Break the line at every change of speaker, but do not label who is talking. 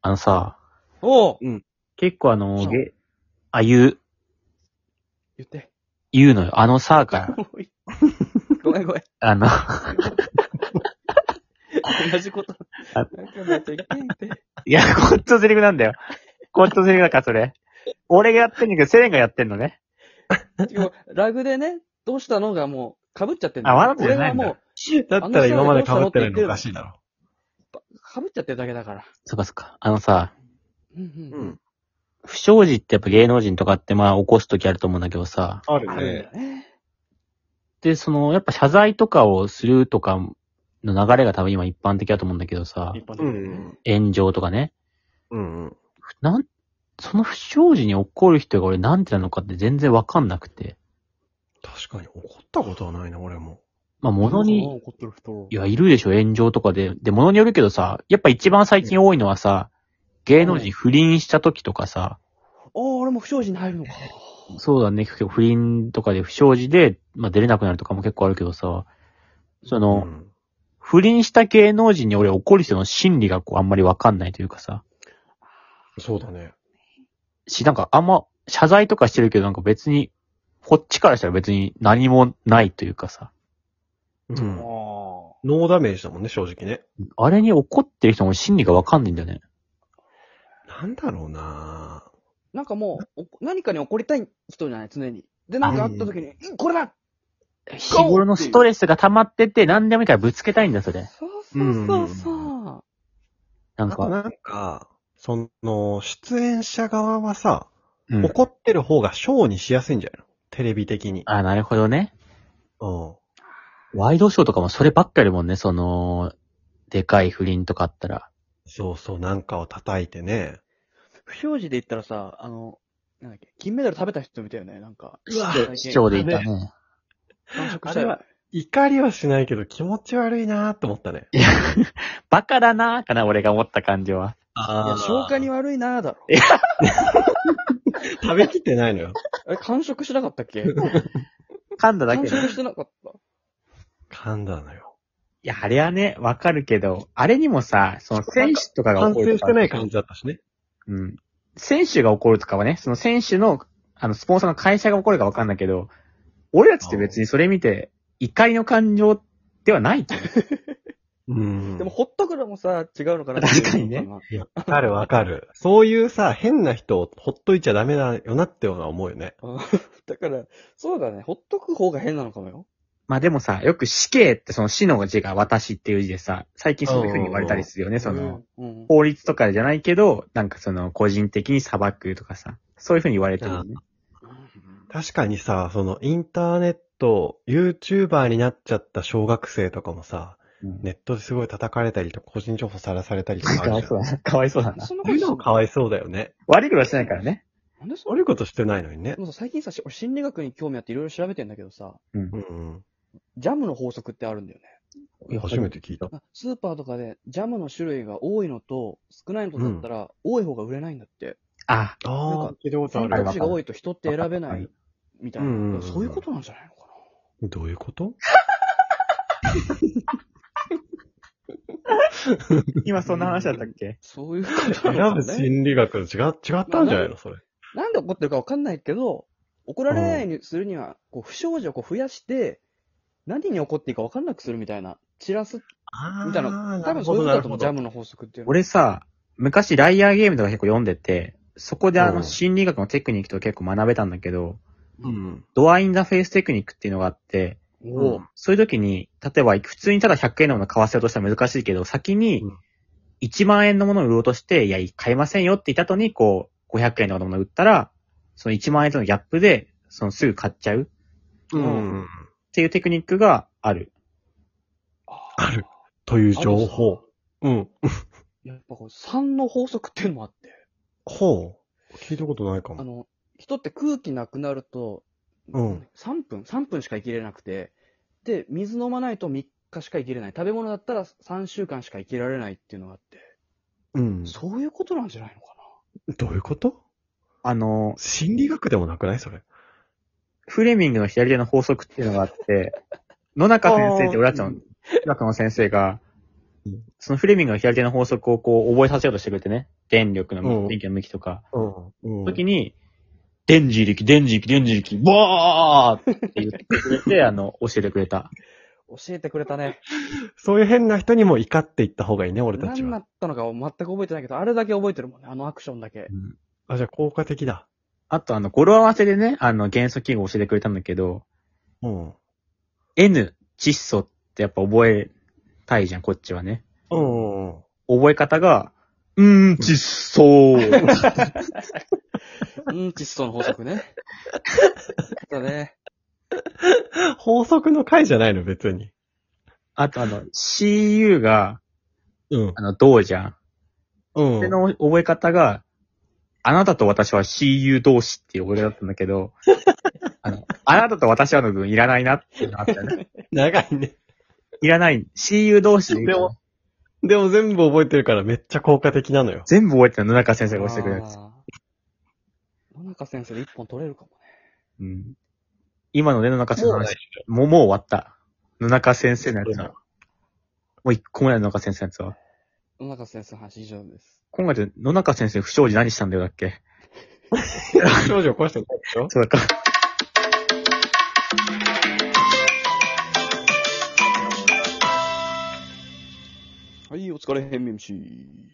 あのさ、
おう
結構あの、
そう
げ、あ、言う、
言って。
言うのよ。あのさから、
ごめんごめん。
あの、
同じこと。
あ
なんかまた言ってって。
いや、こっちのセリフなんだよ。こっちのセリフだから、それ。俺がやってんだけど、セレンがやってんのね。
でもラグでね、どうしたのがもう、被っちゃってんだ
あわざとじゃないんだ
俺はも
だったら今まで被ってないのおかしいだろ。
う、被っちゃってるだけだから。
そっかそっか。あのさ、
うんうん。
ん。
不祥事ってやっぱ芸能人とかってまあ起こすときあると思うんだけどさ。
あ
あ
る
るんだ
ね
よ。ね。
で、その、やっぱ謝罪とかをするとかの流れが多分今一般的だと思うんだけどさ、
一般的
う
にね。
ん。
炎上とかね。
うんうん。
なん、その不祥事に起こる人が俺なんてなのかって全然わかんなくて。
確かに怒ったことはないな、俺も。
まあ、物に、
怒ってる人
い。や、いるでしょ、炎上とかで。で、ものによるけどさ、やっぱ一番最近多いのはさ、芸能人不倫した時とかさ、
おー、俺も不祥事に入るのか。
そうだね、結構不倫とかで不祥事で、まあ出れなくなるとかも結構あるけどさ、その、
うん
不倫した芸能人に俺怒る人の心理がこうあんまりわかんないというかさ、
そうだね。
し、なんかあんま謝罪とかしてるけどなんか別に、こっちからしたら別に何もないというかさ、
うん。
あ
ノーダメージだもんね、正直ね。
あれに怒ってる人の心理がわかんないんだよね。
なんだろうな
なんかもう、お何かに怒りたい人じゃない、常に。で、なんかあった時に、うんこれだ
日頃のストレスが溜まってて何でもいいからぶつけたいんだよ、それ。
そうそうそうそう。
なん
あと
か、
なんか、その、出演者側はさ、
うん
怒ってる方がショーにしやすいんじゃないのテレビ的に。
あ、なるほどね。
うん。
ワイドショーとかもそればっかりもんね、その、でかい不倫とかあったら。
そうそう、なんかを叩いてね。
不祥事で言ったらさ、あの、なんだっけ、金メダル食べた人みたいよね、なんか。
うわ
最近
市長でいたね。
完食したよ
あれは怒りはしないけど気持ち悪いなーって思ったね。
いや、バカだなーかな、俺が思った感じは。
い
あ
や、消化に悪いなぁだろ。
食べきってないのよ。
あれ、完食しなかったっ け
噛んだだ
完
けで。い
食してなかった。
噛んだのよ。
や、あれはね、わかるけど、あれにもさ、その選手とかが
完
怒る
成
と
し
か
てない感じだったしね。
うん。選手が怒るとかはね、その選手の、あの、スポンサーの会社が怒るかわかんないけど、俺たちって別にそれ見て、怒りの感情ではないと思う。
うん
でも、ほっとくのもさ、違うのかな
確かにね。
わかるわかる。そういうさ、変な人をほっといちゃダメだよなってのは思うよね。
うん だから、そうだね。ほっとく方が変なのかもよ。
まあでもさ、よく死刑ってその死の字が私っていう字でさ、最近そういう風に言われたりするよね、その、、
うん。
法律とかじゃないけど、なんかその個人的に裁くとかさ、そういう風に言われてるよね。
確かにさ、そのインターネット、YouTuber になっちゃった小学生とかもさ、
うん
ネットですごい叩かれたりとか、個人情報さらされたりとかあ
かわ
る
い
じゃ
そ
ん。
うだな。かわいそうだな。
そんな
そ
こ
ういう
と
のかわいそうだよね。
悪いことはしてないからね。
なんでそ
悪
れ
いことしてないのにね
で。もさ、最近さ、し俺心理学に興味あっていろいろ調べてんだけどさ、
うんうん。
ジャムの法則ってあるんだよね。
いや
初めて聞いた。
あスーパーとかでジャムの種類が多いのと少ないのとだったら、多い方が売れないんだって。
あ、
あ
なん
あ
か、
聞いたことあ
選
る
択肢が多いと人って選べな
わか
い
る
みたいな。
うんうんうん
そういうことなんじゃないのかな。
どういうこと
今そんな話だったっけ
そういうことな
選
ん
ぶ
ですね。
心理学違、違ったんじゃないのそれ。
なんで怒ってるかわかんないけど、怒られないようにするには、こう不祥事をこう増やして、何に怒っていいかわかんなくするみたいな、散らす、
あ
みたいな、多分そういうことだと思う、ジャムの法則っていうのは。
俺さ、昔ライアーゲームとか結構読んでて、そこであ
う
の
ん
心理学のテクニックと結構学べたんだけど、
うん。
ドアインザフェイステクニックっていうのがあって、
お
う
うん
そういう時に、例えば普通にただ100円のもの買わせようとしたら難しいけど、先に
うん
1万円のものを売ろうとして、いや、買いませんよって言った後に、こう、500円のものを売ったら、その1万円とのギャップで、そのすぐ買っちゃうっ
うん。
ていうテクニックがある。
ある。という情報。うん。
やっぱこう、3の法則っていうのもあって。
ほう。聞いたことないか
あ
も。
の、人って空気なくなると、
うん
3分、3分しか生きれなくて、で、水飲まないと3日しか生きれない。食べ物だったら3週間しか生きられないっていうのがあって、
うん
そういうことなんじゃないのか
どういうこと
あの、
心理学でもなくないそれ。
フレミングの左手の法則っていうのがあ って、野中先生って俺たち
う
の
ん
中の先生が
うん、
そのフレミングの左手の法則をこう覚えさせようとしてくれてね。電力の
うん
向き、電気の向きとか、
うん。うん。
時に、電磁力、電磁力、電磁力、わーって言ってくれ て、あの、教えてくれた。
教えてくれたね。
そういう変な人にも怒っていった方がいいね、俺たち
何だ
は。
ったのか全く覚えてないけど、あれだけ覚えてるもんね。あのアクションだけ。
あ、じゃあ効果的だ。
あと、あの、語呂合わせでね、あの、元素記号教えてくれたんだけど、
うん。
N、窒素ってやっぱ覚えたいじゃん、こっちはね。
うんうんうん。
覚え方が、うーん、窒 素
うん、窒素の法則 ね。だね。
法則の回じゃないの、別に。
あと、あの、CU が、
うん。
あの、銅じゃん。
うん
それ。の覚え方が、あなたと私は CU 同士っていう覚え方だったんだけど、あの、あなたと私はの部分いらないなっていうのあったよね。
長いね。
いらない。CU 同士でいいから
でもでも全部覚えてるからめっちゃ効果的なのよ。
全部覚えてるの、野中先生が教えてくれるやつ。
あー野中先生で一本取れるかもね。
うん。今のね、野中先生の
もうな
話
い、
もう、もう終わった。野中先生のやつは。もう一個もない野中先生のやつは。
野中先生の話以上です。
今回で野中先生不祥事何したんだよだっけ
少女起こしてないでしょ
そうだか。
はい、お疲れ編 MC。